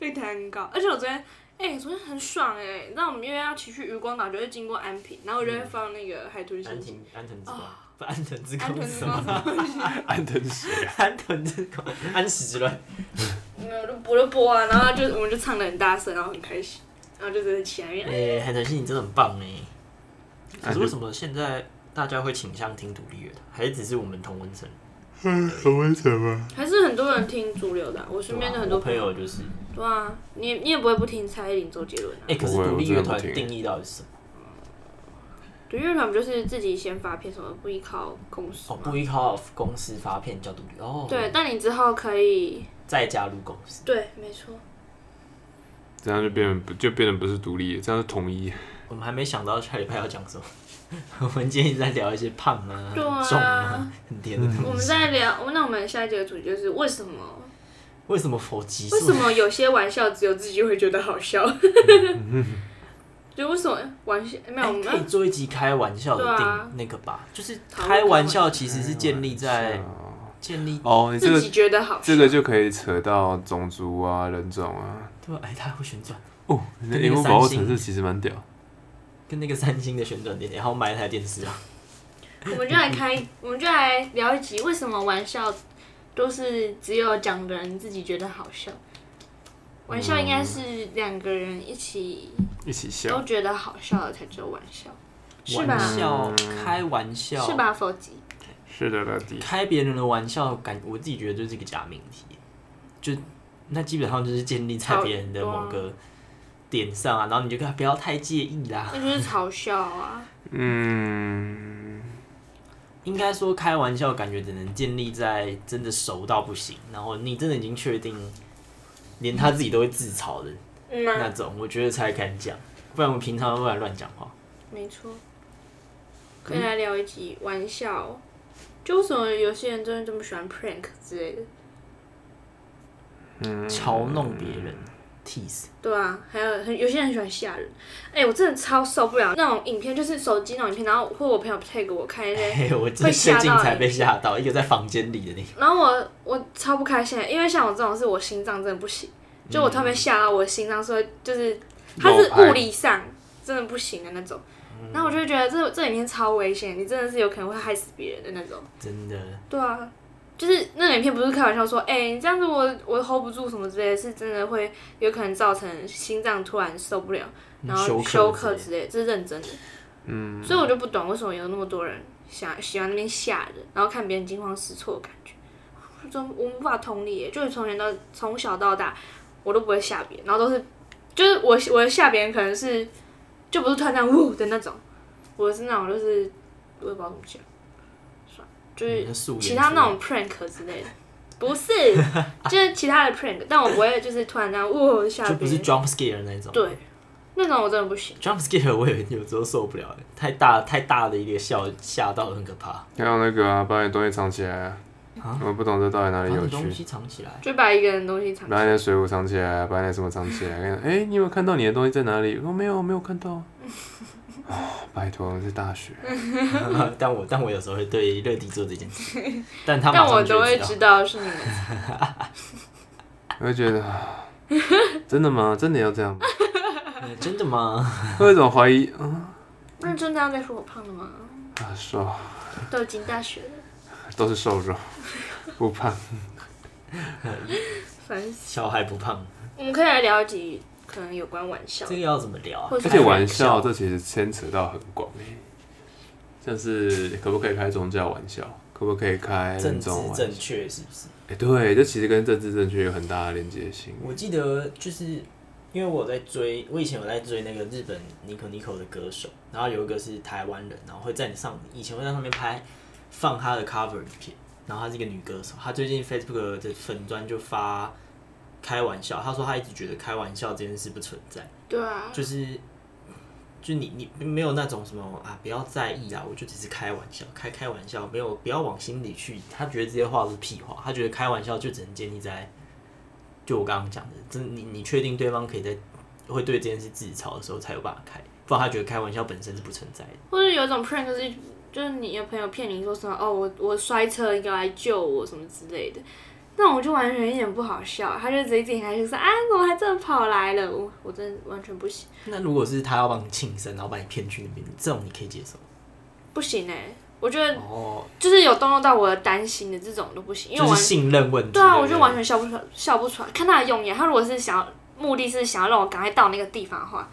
Speaker 2: 被弹很高。而且我昨天，哎、昨天很爽哎、欸，那我们因为要骑去渔光岛，就会经过安平，然后我就会放那个海豚
Speaker 3: 嗯
Speaker 2: 心
Speaker 3: 安
Speaker 2: 情。
Speaker 3: 藤安藤之光，不安藤之
Speaker 2: 哦安
Speaker 3: 光
Speaker 2: 豚
Speaker 3: 是
Speaker 2: 之
Speaker 3: 什
Speaker 2: 光
Speaker 3: 么？
Speaker 2: 什么东西？
Speaker 1: 安藤谁啊？
Speaker 3: 安藤之光，安史之乱。
Speaker 2: 嗯我就我就播啊，然后就我们就唱的很大声，然后很开心，然后就真的起来，因为
Speaker 3: 哎，海豚戏你真的很棒哎。可是为什么现在大家会倾向听独立乐团，还是只是我们同温层？
Speaker 1: 很危险吗？
Speaker 2: 还是很多人听主流的啊、我身边的很多
Speaker 3: 对啊我朋
Speaker 2: 朋友。
Speaker 3: 友就是，
Speaker 2: 对啊，你也你也不会不听蔡依林、周杰伦啊。
Speaker 3: 哎，可是
Speaker 1: 不会
Speaker 3: 独立乐
Speaker 1: 我
Speaker 3: 团
Speaker 1: 真的不听
Speaker 3: 定义到底是什么？
Speaker 2: 对，乐团不就是自己先发片什么，不依靠公司
Speaker 3: 哦，
Speaker 2: 吗？
Speaker 3: 不依靠公司发片叫独立哦。
Speaker 2: 对，，但你之后可以，
Speaker 3: 再加入公司。
Speaker 2: 对，没错。
Speaker 1: 这样就变成不就变成不是独立，这样是统一。
Speaker 3: 我们还没想到下礼拜要讲什么。 我们今天一直在聊一些胖啊、
Speaker 2: 对啊
Speaker 3: 重啊、很甜的
Speaker 2: 我
Speaker 1: 嗯
Speaker 3: 东
Speaker 2: 们
Speaker 3: 西。
Speaker 2: 在聊，那我们下一节的主题就是为什么
Speaker 3: 为什么佛吉
Speaker 2: 为
Speaker 3: 素
Speaker 2: 什么有些玩笑只有自己会觉得 好笑？就为什么玩笑没有我
Speaker 3: 哎，可以
Speaker 2: 们
Speaker 3: 做一集开玩笑的
Speaker 2: 对
Speaker 3: 定、
Speaker 2: 啊
Speaker 3: 那个吧，就是
Speaker 2: 讨论
Speaker 3: 开玩
Speaker 2: 开
Speaker 3: 笑其实是建立
Speaker 1: 嗯
Speaker 3: 在建立
Speaker 1: 啊哦，你这
Speaker 2: 自
Speaker 1: 个
Speaker 2: 己觉得好笑？
Speaker 1: 这个就可以扯到种族啊、人种啊。
Speaker 3: 对吧？哎，它会旋转，
Speaker 1: 哦，你的
Speaker 3: 跟那
Speaker 1: 荧
Speaker 3: 个
Speaker 1: 幕保护
Speaker 3: 三星
Speaker 1: 程式其实蛮屌。
Speaker 3: 跟那个三星的旋转点点，然后买一台电视啊，
Speaker 2: 我们就来开，我们就来聊一集为什么玩笑都是只有讲的人自己觉得好笑。玩笑应该是两个人一起
Speaker 1: 一起笑
Speaker 2: 都，觉得好笑了才叫玩笑，是吧
Speaker 3: 玩？笑
Speaker 1: 嗯
Speaker 3: 开玩笑
Speaker 2: 是？吧，否极？
Speaker 1: 是的，老弟。
Speaker 3: 开别人的玩笑，感我自己觉得就是一个假命题，就那基本上就是建立在
Speaker 2: 好
Speaker 3: 别人的
Speaker 2: 对啊
Speaker 3: 某个点上啊，然后你就跟他不要太介意啦。
Speaker 2: 那就是嘲笑啊！
Speaker 1: 嗯，
Speaker 3: 应该说开玩笑，感觉只能建立在真的熟到不行，然后你真的已经确定，连他自己都会自嘲的
Speaker 2: 嗯、
Speaker 3: 那种，我觉得才敢讲，不然我平常都不敢乱讲话。
Speaker 2: 没错。可以来聊一集玩笑，就为什么有些人真的这么喜欢 prank 之类的？
Speaker 1: 嗯
Speaker 3: 嘲弄别人，tease，
Speaker 2: 对啊，还有很有些人很喜欢吓人，哎、我真的超受不了那种影片，就是手机那种影片，然后或我朋友 tag 我看一些
Speaker 3: 嘿，我
Speaker 2: 会
Speaker 3: 最
Speaker 2: 吓
Speaker 3: 最
Speaker 2: 到
Speaker 3: 近才
Speaker 2: 你
Speaker 3: 被吓到，一个在房间里的那个，
Speaker 2: 然后我我超不开心的，因为像我这种是我心脏真的不行，就我特别吓到我心脏说就是它是物理上真的不行的那种。然后我就会觉得这这影片超危险，你真的是有可能会害死别人的那种。
Speaker 3: 真的，
Speaker 2: 对啊，就是那影片不是开玩笑说，哎、你这样子我我 hold 不住什么之类的，是真的会有可能造成心脏突然受不了，然后嗯休
Speaker 3: 休
Speaker 2: 克
Speaker 3: 克
Speaker 2: 之类的，这是认真的。嗯，所以我就不懂为什么有那么多人想喜欢那边吓人，然后看别人惊慌失措的感觉，我真我无法同理耶。就是从前到从小到大，我都不会吓别人，然后都是就是我我吓别人可能是就不是突然这样呜的那种，我是那种就是我也不知道怎么讲，算了就是
Speaker 3: 嗯素颜
Speaker 2: 其他
Speaker 3: 出
Speaker 2: 那
Speaker 3: 来
Speaker 2: 种 prank 之类的，不 是，就是其他的 prank，但我不会就是突然这样哇吓
Speaker 3: 就
Speaker 2: 别
Speaker 3: 不是
Speaker 2: 人，
Speaker 3: jump scare 那种，
Speaker 2: 对，那种我真的不行。
Speaker 3: ，jump scare 我也有时候受不了，欸太大太大的一个笑吓到很可怕，
Speaker 1: 还有那个啊，把你东西藏起来啊！
Speaker 3: 啊
Speaker 1: 我不懂这到底哪
Speaker 3: 把
Speaker 1: 里有
Speaker 3: 你东
Speaker 1: 趣。
Speaker 3: 西藏起来，
Speaker 2: 就把一个人的东西藏起
Speaker 1: 把
Speaker 2: 来，
Speaker 1: 你的水壶藏起来，把你的什么藏起 来？跟你讲，哎、你有没有看到你的东西在哪里？我没有，我没有看到。 哦，拜托，我们是大学。
Speaker 2: 嗯
Speaker 3: 但我但我有时候会对乐迪做这件 事，但他马
Speaker 2: 但我
Speaker 3: 上
Speaker 2: 都
Speaker 3: 就
Speaker 2: 会
Speaker 3: 会
Speaker 2: 知
Speaker 3: 知道。
Speaker 2: 道是你们藏。
Speaker 1: 我就觉得， 啊真的吗？真的要这样吗？
Speaker 3: 嗯真的吗？
Speaker 1: 会有一种怀疑啊
Speaker 2: 那真的要再说我胖了吗？
Speaker 1: 啊，瘦
Speaker 2: 都已经大学了，
Speaker 1: 都是瘦肉， 不胖。
Speaker 2: 烦死。
Speaker 3: 小孩不胖，
Speaker 2: 我们可以来聊一集可能有关玩笑
Speaker 3: 这，个要怎么聊啊？
Speaker 2: 或
Speaker 1: 而
Speaker 2: 是
Speaker 1: 且玩笑这其实牵扯到很广诶、像是可不可以开宗教玩笑，可不可以开那
Speaker 3: 政治
Speaker 1: 种玩
Speaker 3: 正确是不是？
Speaker 1: 哎、对，这其实跟政治正确有很大的连接性。
Speaker 3: 我记得就是因为我有在追，我以前有在追那个日本 Nico Nico 的歌手，然后有一个是台湾人，然后会在你上以前会在上面拍放他的 cover 影片，然后她是一个女歌手，她最近 Facebook 的粉砖就发开玩笑，她说她一直觉得开玩笑这件事不存在。
Speaker 2: 对啊，
Speaker 3: 就是就你你没有那种什么啊，不要在意啊，我就只是开玩笑，开开玩笑，没有不要往心里去。他觉得这些话都是屁话，他觉得开玩笑就只能建立在就我刚刚讲的，真你你确定对方可以在会对这件事自嘲的时候才有办法开，不然他觉得开玩笑本身是不存在的。
Speaker 2: 或者有一种 prank 就是就是你有朋友骗你说什么哦我我摔车你赶快来救我什么之类的，那我就完全一点不好笑，他就直接点开就说啊你怎么还这么跑来了，我我真的完全不行
Speaker 3: 那如果是他要帮你庆生，然后把你骗去那边，这种你可以接受。
Speaker 2: 不行哎、我觉得
Speaker 3: 哦，
Speaker 2: 就是有动用到我的担心的这种都不行，因为
Speaker 3: 就
Speaker 2: 我
Speaker 3: 是
Speaker 2: 完
Speaker 3: 信任问题。
Speaker 2: 对啊，我
Speaker 3: 不
Speaker 2: 就完全笑不出来，笑不出来。看他的用意啊，他如果是想要目的是想要让我赶快到那个地方的话，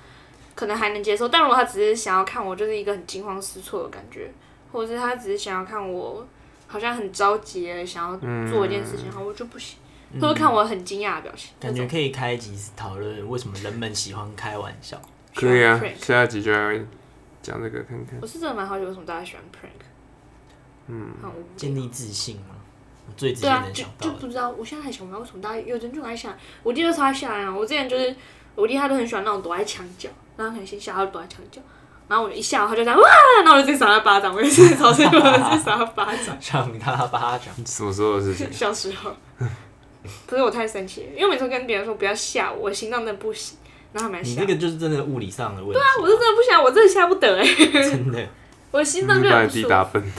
Speaker 2: 可能还能接受。但如果他只是想要看我就是一个很惊慌失措的感觉，或者是他只是想要看我好像很着急地想要做一件事情，然后我就不行，或者看我很惊讶的表情，
Speaker 3: 感觉可以开一集讨论为什么人们喜欢开玩笑。
Speaker 1: 可以啊
Speaker 2: prank，
Speaker 1: 下一集就来讲这个看看。
Speaker 2: 我是真的蛮好奇为什么大家喜欢 prank，嗯，很无聊
Speaker 3: 建立自信吗？我最直接
Speaker 2: 对啊，
Speaker 3: 能
Speaker 2: 就
Speaker 3: 想到
Speaker 2: 就
Speaker 3: 的，
Speaker 2: 不知道，我现在还想不到为什么大家有人就爱想，我弟就超爱吓人啊！我之前就是我弟他都很喜欢那种躲在墙角，然后可能先吓他就躲在墙角，然后我就一吓他就这样哇，然后我就直接赏他巴掌，我也 是超生气，我直接赏他巴掌。？
Speaker 3: 赏他巴掌。
Speaker 1: 什么时候的事情
Speaker 2: 小时候， 可是我太生气了，因为每次跟别人说不要吓我，我心脏真的不行，然后他蛮
Speaker 3: 你
Speaker 2: 吓
Speaker 3: 那
Speaker 2: 我。
Speaker 3: 个就是真的物理上的问题。
Speaker 2: 啊我是真的不想，我真的吓不得哎、
Speaker 3: 真的。
Speaker 2: 我的心
Speaker 1: 你
Speaker 2: 脏就
Speaker 1: 把
Speaker 2: 很
Speaker 1: 你
Speaker 2: 不
Speaker 1: 弟
Speaker 2: 舒
Speaker 1: 打
Speaker 2: 服。
Speaker 1: 笨，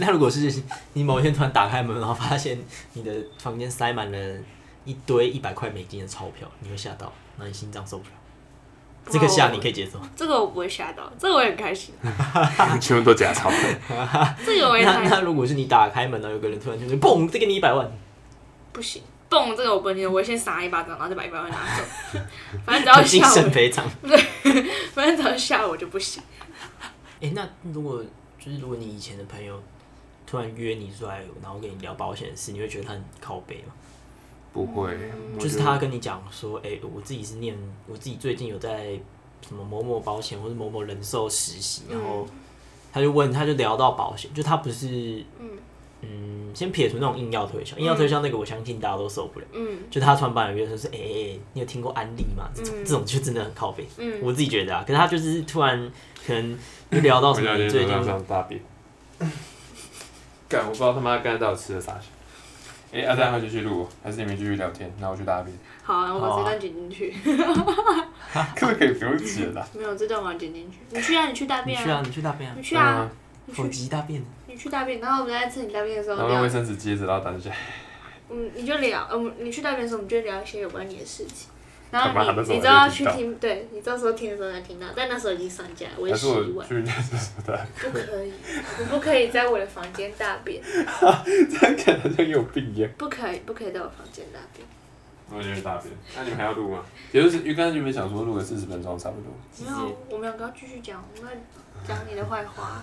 Speaker 3: 那如果是你某一天突然打开门，然后发现你的房间塞满了一堆一百块美金的钞票，你会吓到，然后你心脏受不了。这个吓你可以接受，
Speaker 2: 这个我不会吓到，这个我也很开心，
Speaker 1: 全部都假钞。
Speaker 2: 这个我也
Speaker 3: 那
Speaker 2: 很开
Speaker 3: 那
Speaker 2: 心。
Speaker 3: 如果是 你打开门，然后有个人突然就说砰，再给你一百万，
Speaker 2: 不行，蹦这个我不能接受，我会先赏他一巴掌，然后再把一百万拿走。反正 只要
Speaker 3: 要精
Speaker 2: 吓我
Speaker 3: 神，赔偿。
Speaker 2: 反正只要吓我就不行。
Speaker 3: 哎、那如果就是如果你以前的朋友突然约你出来，然后跟你聊保险的事，你会觉得他很靠背吗？
Speaker 1: 不会，我
Speaker 3: 就是
Speaker 1: 觉得
Speaker 3: 他跟你讲说，哎、我自己是念，我自己最近有在什么某某保险或者某某人寿实习，
Speaker 2: 嗯
Speaker 3: 然后他就问，他就聊到保险，就他不是，
Speaker 2: 嗯
Speaker 3: 嗯，先撇除那种硬要推销，硬要推销那个我相信大家都受不了。
Speaker 2: 嗯
Speaker 3: 就他突然把你约说是，哎、哎、哎你有听过安利吗？这种、
Speaker 2: 嗯
Speaker 3: 这种就真的很靠背，
Speaker 2: 嗯，
Speaker 3: 我自己觉得啊。可是他就是突然可能就聊到
Speaker 1: 我
Speaker 3: 什么
Speaker 1: 家
Speaker 3: 你
Speaker 1: 今
Speaker 3: 最
Speaker 1: 天
Speaker 3: 近
Speaker 1: 头上大便。 干，我不知道他妈刚才到底吃了啥。哎、阿丹会继续录我，还是你们继续聊天？然后我去大便，
Speaker 2: 好啊，我把
Speaker 3: 好啊
Speaker 2: 这段剪进去。
Speaker 1: 可不可以不用剪 了？
Speaker 2: 没有，这段我要剪进去。你去啊，你去大
Speaker 3: 你
Speaker 2: 便
Speaker 3: 去
Speaker 2: 啊，
Speaker 3: 啊，你去大便啊
Speaker 2: 你，去
Speaker 1: 呃
Speaker 2: 啊，
Speaker 1: 嗯
Speaker 2: 你
Speaker 3: 口
Speaker 2: 去，
Speaker 3: 急大便。啊
Speaker 2: 你去大便。然后我们在吃你大便的时
Speaker 1: 然
Speaker 2: 候
Speaker 1: 后用卫
Speaker 2: 聊，
Speaker 1: 生纸接着，然后打下来。
Speaker 2: 嗯，你就聊，嗯，你去大便的时候，我们就聊一些有关你的事情。然
Speaker 1: 干嘛
Speaker 2: 后
Speaker 1: 那时候
Speaker 2: 你你
Speaker 1: 我
Speaker 2: 知道
Speaker 1: 就
Speaker 2: 去
Speaker 1: 听到
Speaker 2: 听，对你到时候听的时候才听到，但那时候已经上架了，我也
Speaker 1: 还
Speaker 2: 洗
Speaker 1: 是我
Speaker 2: 碗，
Speaker 1: 去认识什么的？
Speaker 2: 不可以，我不可以在我的房间大便，
Speaker 1: 这样 看起来像有病一样。
Speaker 2: 不可以，不可以在我房间大便。
Speaker 1: 我觉得大便，那你们还要录吗？也就是因为刚才原本想说录个四十分钟差不多，
Speaker 3: 其
Speaker 2: 没
Speaker 3: 实
Speaker 2: 有，我们两个要继续讲，我们要 讲你的坏话。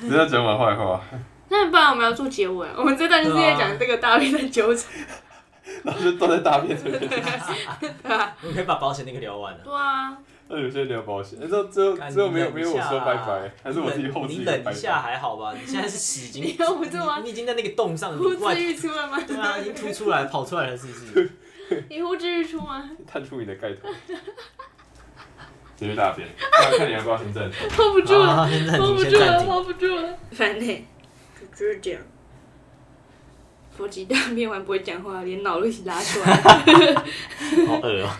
Speaker 1: 只是要讲我坏话，
Speaker 2: 那不然我们要做结尾，我们这段就是在讲这个大便的纠缠。
Speaker 1: 然后就都在大便这边。
Speaker 3: 我可以把保险那个聊完了。
Speaker 2: 对啊，
Speaker 1: 那有些人聊保险，哎，这最后
Speaker 3: 干
Speaker 1: 最后没有
Speaker 3: 你
Speaker 1: 没
Speaker 3: 忍
Speaker 1: 有
Speaker 3: 一
Speaker 1: 我
Speaker 3: 下
Speaker 1: 说
Speaker 3: 啊
Speaker 1: 拜拜，还是我自己后
Speaker 3: 你
Speaker 1: 自己
Speaker 3: 你
Speaker 1: 拜
Speaker 3: 忍一下
Speaker 1: 拜。
Speaker 3: 还好吧？你现在是屎 已经，
Speaker 2: 你忍不住吗
Speaker 3: 你你已经在那个洞上，
Speaker 2: 呼
Speaker 3: 你外
Speaker 2: 之欲出了吗？
Speaker 3: 对啊，已经凸出来跑出来了，是不是？
Speaker 2: 你呼之欲出吗？
Speaker 1: 探出你的盖头，直接大 便，看看你要不要签证。
Speaker 2: hold 不住了
Speaker 3: 好，现在
Speaker 2: ，hold
Speaker 3: 啊你
Speaker 2: 不
Speaker 3: 先
Speaker 2: 住
Speaker 3: 暂
Speaker 2: 了
Speaker 3: 停。
Speaker 2: ，hold 不住了。反正就是这样。佛吉大便完不会讲话，连脑都一起拉出来。
Speaker 3: 好饿哦，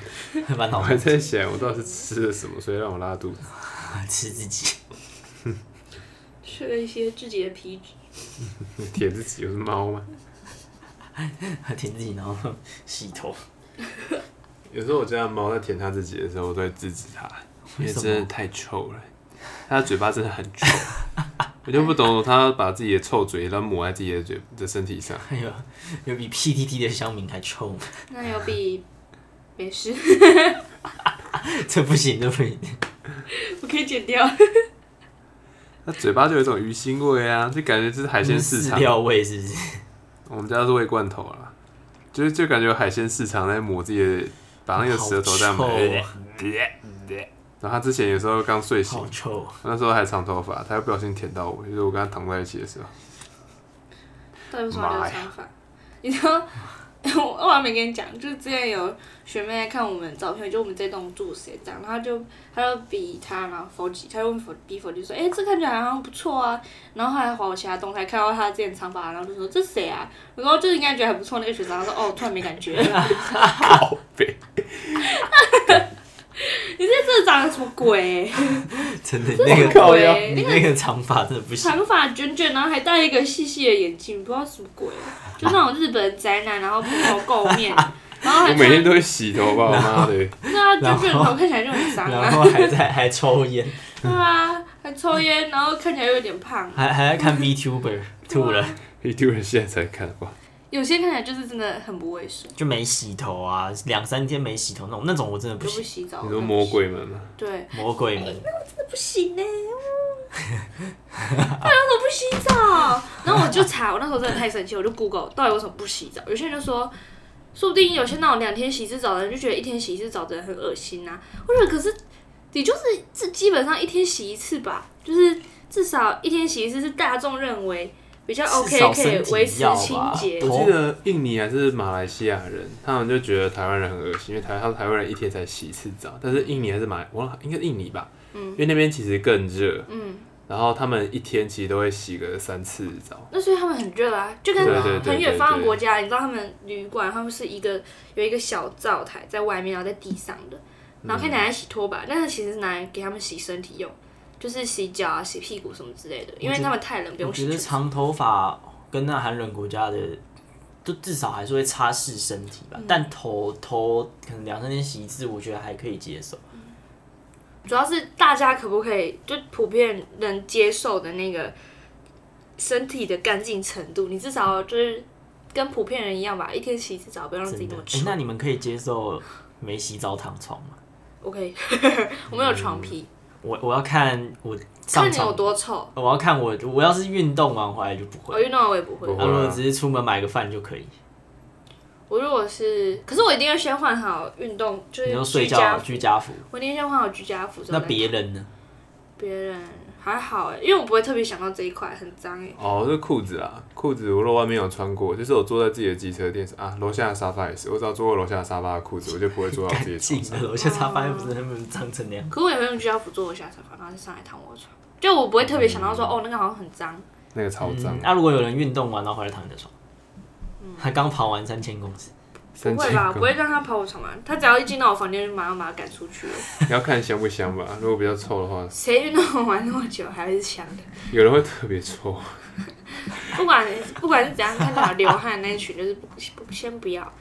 Speaker 3: 满
Speaker 1: 我
Speaker 3: 脑
Speaker 1: 还
Speaker 3: 子
Speaker 1: 在想，我到底是吃了什么，所以让我拉肚子。
Speaker 3: 吃自己。
Speaker 2: 吃了一些自己的皮脂，
Speaker 1: 你舔自己，我是猫吗？
Speaker 3: 舔自己，然后洗头。
Speaker 1: 有时候我家的猫在舔它自己的时候，我都会制止它，因为
Speaker 3: 为什么
Speaker 1: 真的太臭了，它的嘴巴真的很臭。 我就不懂它把自己的臭嘴，然后抹在自己的嘴的身体上。
Speaker 3: 哎呦，有比 PTT 的香民还臭吗？
Speaker 2: 那有比没事。
Speaker 3: 这不行，这不行。
Speaker 2: 我可以剪掉。
Speaker 1: 那嘴巴就有一种鱼腥味啊，就感觉这是海鲜市
Speaker 3: 饲
Speaker 1: 场。
Speaker 3: 料味是不是？
Speaker 1: 我们家是喂罐头啦，就是就感觉有海鲜市场在抹自己的，把那个舌头在抹。哎
Speaker 3: 好臭哦
Speaker 1: 然后他之前有时候刚睡醒
Speaker 3: 好，臭，
Speaker 1: 那时候还长头发，他又不小心舔到我，就是我跟他躺在一起的时 候。
Speaker 2: 到底为什么要留
Speaker 1: 妈呀
Speaker 2: 长发？你知道，我我好像没跟你讲，就是之前有学妹在看我们照片，就我们这栋住谁这样，然后她就她就比她，然后否极，她就问否比否极说，哎、这看起来好像不错啊。然后后来划我其他动态，看到她之前长发，然后就说这谁啊？我说就是应该觉得还不错那个学长，她说哦，突然没感觉。
Speaker 1: 靠背，
Speaker 2: 你这这长得什么鬼、
Speaker 3: 真的那个
Speaker 1: 靠腰
Speaker 3: 你那个长发真的不行。
Speaker 2: 长发卷卷，然后还戴一个细细的眼镜，不知道什么鬼，就那种日本宅男，然后蓬头 垢面，然后还
Speaker 1: 我每天都会洗头吧，我妈的。
Speaker 2: 对啊，卷卷头看起来就很脏啊
Speaker 3: 然。后还在还抽烟，
Speaker 2: 对啊，还抽烟，然后看起来又有点胖。
Speaker 3: 还还在看 VTuber，吐了
Speaker 1: 一堆人现在才看哇，
Speaker 2: 有些看起来就是真的很不卫生，
Speaker 3: 就没洗头啊，两三天没洗头那种，那种我真的不
Speaker 2: 都不
Speaker 3: 行。
Speaker 2: 洗澡。
Speaker 1: 你说魔？鬼们吗？
Speaker 2: 对，
Speaker 3: 魔鬼们，
Speaker 2: 不行呢、我 为什么不洗澡？然后我就查，我那时候真的太生气，我就 Google 到底为什么不洗澡。有些人就说，说不定有些那种两天洗一次澡的人就觉得一天洗一次澡的人很恶心啊。我觉得可是你就是这基本上一天洗一次吧，就是至少一天洗一次是大众认为比较
Speaker 3: 至
Speaker 2: OK，
Speaker 3: 少
Speaker 2: 可
Speaker 3: 身
Speaker 2: 以
Speaker 3: 体
Speaker 2: 维持
Speaker 3: 要吧
Speaker 2: 清
Speaker 3: 啊
Speaker 2: 洁。
Speaker 1: 我记得印尼还是马来西亚人，他们就觉得台湾人很恶心，因为台他们台湾人一天才洗一次澡，但是印尼还是马来，我忘了应该是印尼吧，
Speaker 2: 嗯
Speaker 1: 因为那边其实更热，
Speaker 2: 嗯。
Speaker 1: 然后他们一天其实都会洗个三次澡，
Speaker 2: 那所以他们很热啊，就跟
Speaker 1: 对对对
Speaker 2: 很远
Speaker 1: 对
Speaker 2: 方的
Speaker 1: 对
Speaker 2: 国家，你知道他们旅馆，他们是一个有一个小灶台在外面，然后在地上的，
Speaker 1: 嗯
Speaker 2: 然后可以拿来洗拖把，但是其实是拿来给他们洗身体用，就是洗脚啊、洗屁股什么之类的，因为他们太冷，不
Speaker 3: 我
Speaker 2: 用
Speaker 3: 觉
Speaker 2: 洗
Speaker 3: 得
Speaker 2: 全身。
Speaker 3: 长头发跟那寒冷国家的，就至少还是会擦拭身体
Speaker 2: 嗯
Speaker 3: 吧。但头头可能两三天洗一次，我觉得还可以接受。
Speaker 2: 主要是大家可不可以就普遍能接受的那个身体的干净程度，你至少就是跟普遍人一样吧，一天洗一次澡，不要让自己
Speaker 3: 真
Speaker 2: 那
Speaker 3: 的
Speaker 2: 么，
Speaker 3: 哎
Speaker 2: 臭。
Speaker 3: 那你们可以接受没洗澡躺床吗？
Speaker 2: OK，我 们有床皮，
Speaker 3: 我我要看我上
Speaker 2: 看你有
Speaker 3: 床，
Speaker 2: 多臭。
Speaker 3: 我要看我我要是运动完回来就不
Speaker 2: 我
Speaker 3: 会。
Speaker 2: 运动完我也不会
Speaker 1: 不。啊
Speaker 3: 那如果只是出门买个饭就可以，
Speaker 2: 我如果是，可是我一定要先换好运动，就
Speaker 3: 你
Speaker 2: 是
Speaker 3: 就睡
Speaker 2: 居
Speaker 3: 觉啊
Speaker 2: 家，
Speaker 3: 居家服。
Speaker 2: 我一定先换好居家服。之后
Speaker 3: 那
Speaker 1: 啊
Speaker 2: 再
Speaker 3: 别人呢？
Speaker 2: 别人还好哎，因为我不会特别想到这一块，很脏哎。
Speaker 1: 哦，这裤子啊，裤子我如果外面有穿过，就是我坐在自己的机车店上啊，楼下的沙发也是，我只要坐过楼下的沙发的裤子，我就不会坐到自己
Speaker 3: 干
Speaker 1: 的床
Speaker 3: 净的
Speaker 1: 上。
Speaker 3: 楼下沙发又不是那么脏成那样。
Speaker 2: 可我也会用居家服坐我下沙发，然后再上来躺我的床。就我不会特别想到说，哦，那个好像很脏。
Speaker 1: 那个超脏
Speaker 3: 嗯，那、如果有人运动完然后回来躺你的床，他刚跑完三千公尺，
Speaker 1: 三
Speaker 2: 不会
Speaker 1: 千
Speaker 2: 吧？我不
Speaker 1: 公
Speaker 2: 会让他跑我床吧？他只要一进到我房间，就马上把他赶出去了。
Speaker 1: 你要看香不香吧，如果比较臭的话，
Speaker 2: 谁运动完那么久还是香的？
Speaker 1: 有人会特别臭。
Speaker 2: 不管不管是怎样，看到流汗那一群就是不不先不要，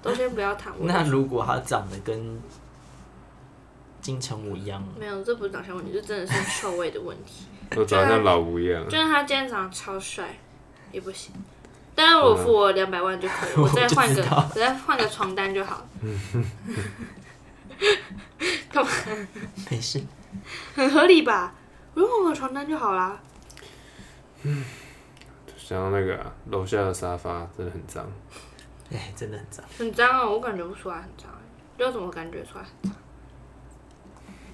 Speaker 2: 都先不要躺我的
Speaker 3: 那如果他长得跟金城武一样，
Speaker 2: 没有，这不是长相问题，这真的是臭味的问题。
Speaker 1: 我长得像老吴一样
Speaker 3: 嗯
Speaker 2: 就，算他今天长得超帅，也不行。当然，我付我两百万就 可以，
Speaker 3: 嗯我
Speaker 2: 我再换
Speaker 3: 就
Speaker 2: 个
Speaker 3: 知道，
Speaker 2: 我再换个床单就好了。干嘛？
Speaker 3: 没事，
Speaker 2: 很合理吧？我用我的床单就好啦。
Speaker 1: 想到那个啊楼、下的沙发真的很脏，
Speaker 3: 哎，真的很脏。
Speaker 2: 很脏哦，我感觉不出来很脏，要怎么感觉出来？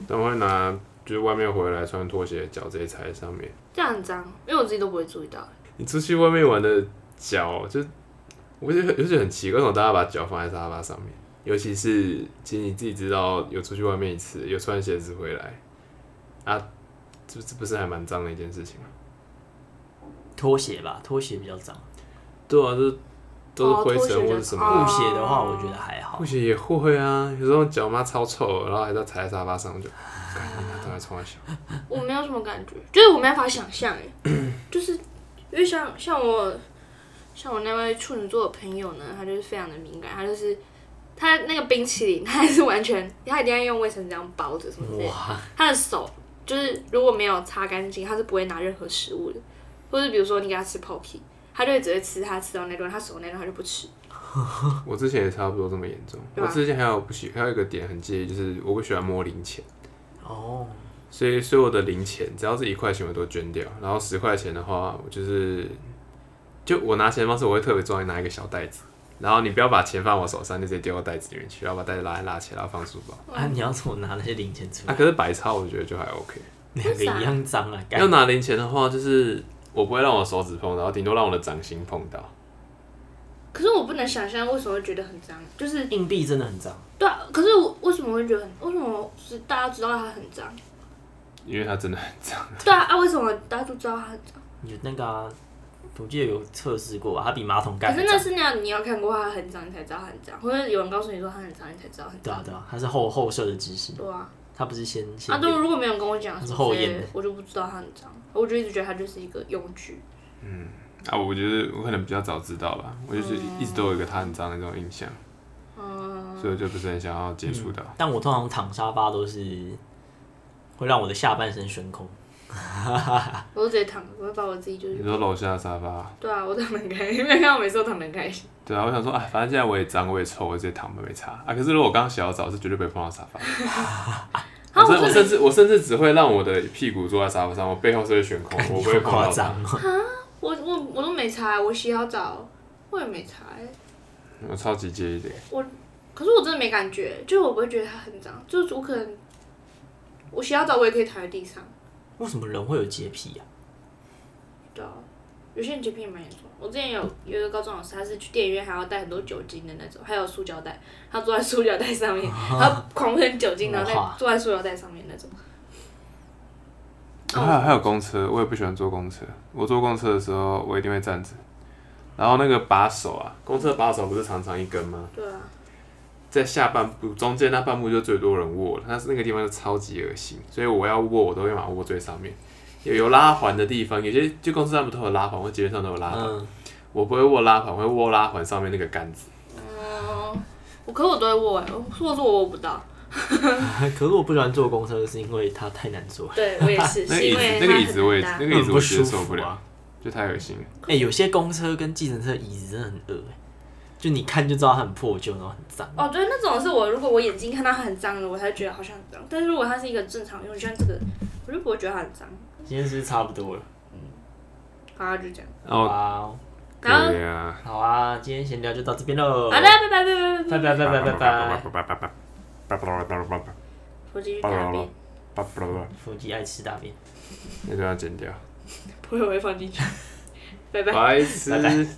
Speaker 1: 但我会拿就是外面回来穿拖鞋，脚直接踩在上面。
Speaker 2: 这样很脏，因为我自己都不会注意到。
Speaker 1: 你出去外面玩的脚，就我觉得有点很奇怪，为什么大家把脚放在沙发上面？尤其是其实你自己知道有出去外面一次，有穿鞋子回来，啊，这这不是还蛮脏的一件事情吗？
Speaker 3: 拖鞋吧，拖鞋比较脏。
Speaker 1: 对啊，这都是
Speaker 2: 哦
Speaker 1: 灰尘
Speaker 2: 拖鞋
Speaker 1: 或者
Speaker 2: 就
Speaker 1: 什
Speaker 2: 哦
Speaker 1: 么
Speaker 3: 布鞋的话，我觉得还好
Speaker 1: 不。行也会啊，有时候脚妈超臭，然后还在踩在沙发上，我就，干你妈，都在冲我笑。
Speaker 2: 我没有什么感觉，就是我没办法想象哎，就是因为像像我像我那位处女座的朋友呢，他就是非常的敏感，他就是他那个冰淇淋，他还是完全他一定要用卫生纸这样包着什么之类的，
Speaker 3: 哇，
Speaker 2: 他的手就是如果没有擦干净，他是不会拿任何食物的，或者比如说你给他吃 pocky，他就会只会吃他吃到那段，他手那段他就不吃，
Speaker 1: 我之前也差不多这么严重。
Speaker 2: 对
Speaker 1: 我
Speaker 2: 啊
Speaker 1: 之前还有不喜，还有一个点很介意，就是我不喜欢摸零钱，
Speaker 3: 哦，
Speaker 1: 所以所有的零钱只要是一块钱我都捐掉，然后十块钱的话，我就是就我拿钱的方式，我会特别重要拿一个小袋子，然后你不要把钱放我手上，就直接丢到袋子里面去，然后把袋子拉一拉起来，然后放书包。
Speaker 3: 啊，你要怎么拿那些零钱出
Speaker 2: 嗯
Speaker 1: 啊，
Speaker 3: 来？
Speaker 1: 可是白钞我觉得就还 OK。
Speaker 3: 两个一样脏啊，
Speaker 1: 要
Speaker 3: 干
Speaker 1: 拿零钱的话，就是我不会让我手指碰到，顶多让我的掌心碰到。
Speaker 2: 可是我不能想象为什么会觉得很脏，就是
Speaker 3: 硬币真的很脏，
Speaker 2: 对啊。可是我为什么会觉得很？为什么是大家知道它很脏？
Speaker 1: 因为它真的很脏，
Speaker 2: 对啊，啊，为什么大家都知道它很脏？
Speaker 3: 有那个啊、我记得有测试过吧，它比马桶盖
Speaker 2: 可是
Speaker 3: 还
Speaker 2: 那
Speaker 3: 脏。
Speaker 2: 是那样，你要看过它很脏，你才知道它很脏，或者有人告诉你说它很脏，你才知道很
Speaker 3: 对啊
Speaker 2: 脏。
Speaker 3: 对啊，它是后后设的知识，
Speaker 2: 对啊，
Speaker 3: 它不是先先
Speaker 2: 啊，对，如果没有人跟我讲，
Speaker 3: 它是后验的
Speaker 2: 我就不知道它很脏，我就一直觉得它就是一个用具。
Speaker 1: 啊，我觉得我可能比较早知道吧，我就是
Speaker 2: 哦
Speaker 1: 一直都有一个它很脏的这种印象，
Speaker 2: 嗯，
Speaker 1: 所以我就不是很想要接触到。
Speaker 3: 但我通常躺沙发都是会让我的下半身 悬空，
Speaker 2: 我就直接躺，我会把我自己就是
Speaker 1: 你说楼下的沙发，
Speaker 2: 对啊，我躺得很开心，因为看我每次都躺得很开心。
Speaker 1: 对啊，我想说，哎，反正现在我也脏，我也臭，我直接躺吧，没差啊。可是如果我刚洗好澡，是绝对不会碰到沙发。
Speaker 2: 啊，
Speaker 1: 我
Speaker 2: 我
Speaker 1: 甚我
Speaker 2: 是
Speaker 1: 甚至我甚至只会让我的屁股坐在沙发上，我背后是会悬 空，我不会碰到
Speaker 3: 好夸
Speaker 1: 它。
Speaker 3: 张哦。
Speaker 2: 我我我都没擦，我洗好澡我也没擦、欸，
Speaker 1: 我超级介意这个。
Speaker 2: 可是我真的没感觉，就是我不会觉得它很脏，就是我可能我洗好澡我也可以躺在地上，
Speaker 3: 为什么人会有洁癖啊？
Speaker 2: 对啊，有些人洁癖也蛮严重。我之前有有一个高中老师，他是去电影院还要带很多酒精的那种，还有塑胶袋，他坐在塑胶袋上 面，然后狂喷酒精，然后再
Speaker 3: 哇
Speaker 2: 坐在塑胶袋上面那种。
Speaker 1: 还有还有公车，我也不喜欢坐公车。我坐公车的时候，我一定会站着。然后那个把手啊，公车把手不是长长一根吗？
Speaker 2: 对啊，
Speaker 1: 在下半部中间那半部就最多人握了，但是那个地方就超级恶心，所以我要握我都会把它握最上面。有有拉环的地方，有些就公司他们都有拉环，或捷运上都有拉环。
Speaker 3: 嗯，
Speaker 1: 我不会握拉环，我会握拉环上面那个杆子。
Speaker 2: 嗯，我可是我都会握、欸，我说我说我握不到，
Speaker 3: 哎可是我不喜欢坐公车，是因为它太难坐了。
Speaker 2: 对我也 是，
Speaker 1: 那个
Speaker 2: 是
Speaker 1: 椅子
Speaker 2: 因为，
Speaker 1: 那个椅子我也，
Speaker 2: 它
Speaker 1: 那
Speaker 2: 很大
Speaker 1: 个椅子我
Speaker 3: 很不
Speaker 1: 接
Speaker 3: 舒服
Speaker 1: 受不了，
Speaker 3: 啊
Speaker 1: 就太恶心了。
Speaker 3: 哎、有些公车跟计程车椅子真的很恶、欸，就你看就知道它很破旧，然后很脏。
Speaker 2: 哦，对，那种是我如果我眼睛看到它很脏了，我才觉得好像很脏。但是如果它是一个正常用，就像这个，我就不会觉得它很脏。
Speaker 3: 今天是不是差不多了？
Speaker 2: 好啊，就这样。
Speaker 3: 好
Speaker 1: 哦，
Speaker 3: 啊，
Speaker 2: 然后，
Speaker 1: 对啊，
Speaker 3: 好啊，今天闲聊就到这边
Speaker 2: 好
Speaker 3: 喽。
Speaker 2: 的，拜拜拜拜拜拜。
Speaker 3: 拜拜拜拜拜拜。
Speaker 2: 我继续大 便，
Speaker 3: 腹肌爱吃大便。
Speaker 1: 那就要剪掉，
Speaker 2: 不会我会放进去。拜拜。
Speaker 1: 白痴
Speaker 3: 拜。拜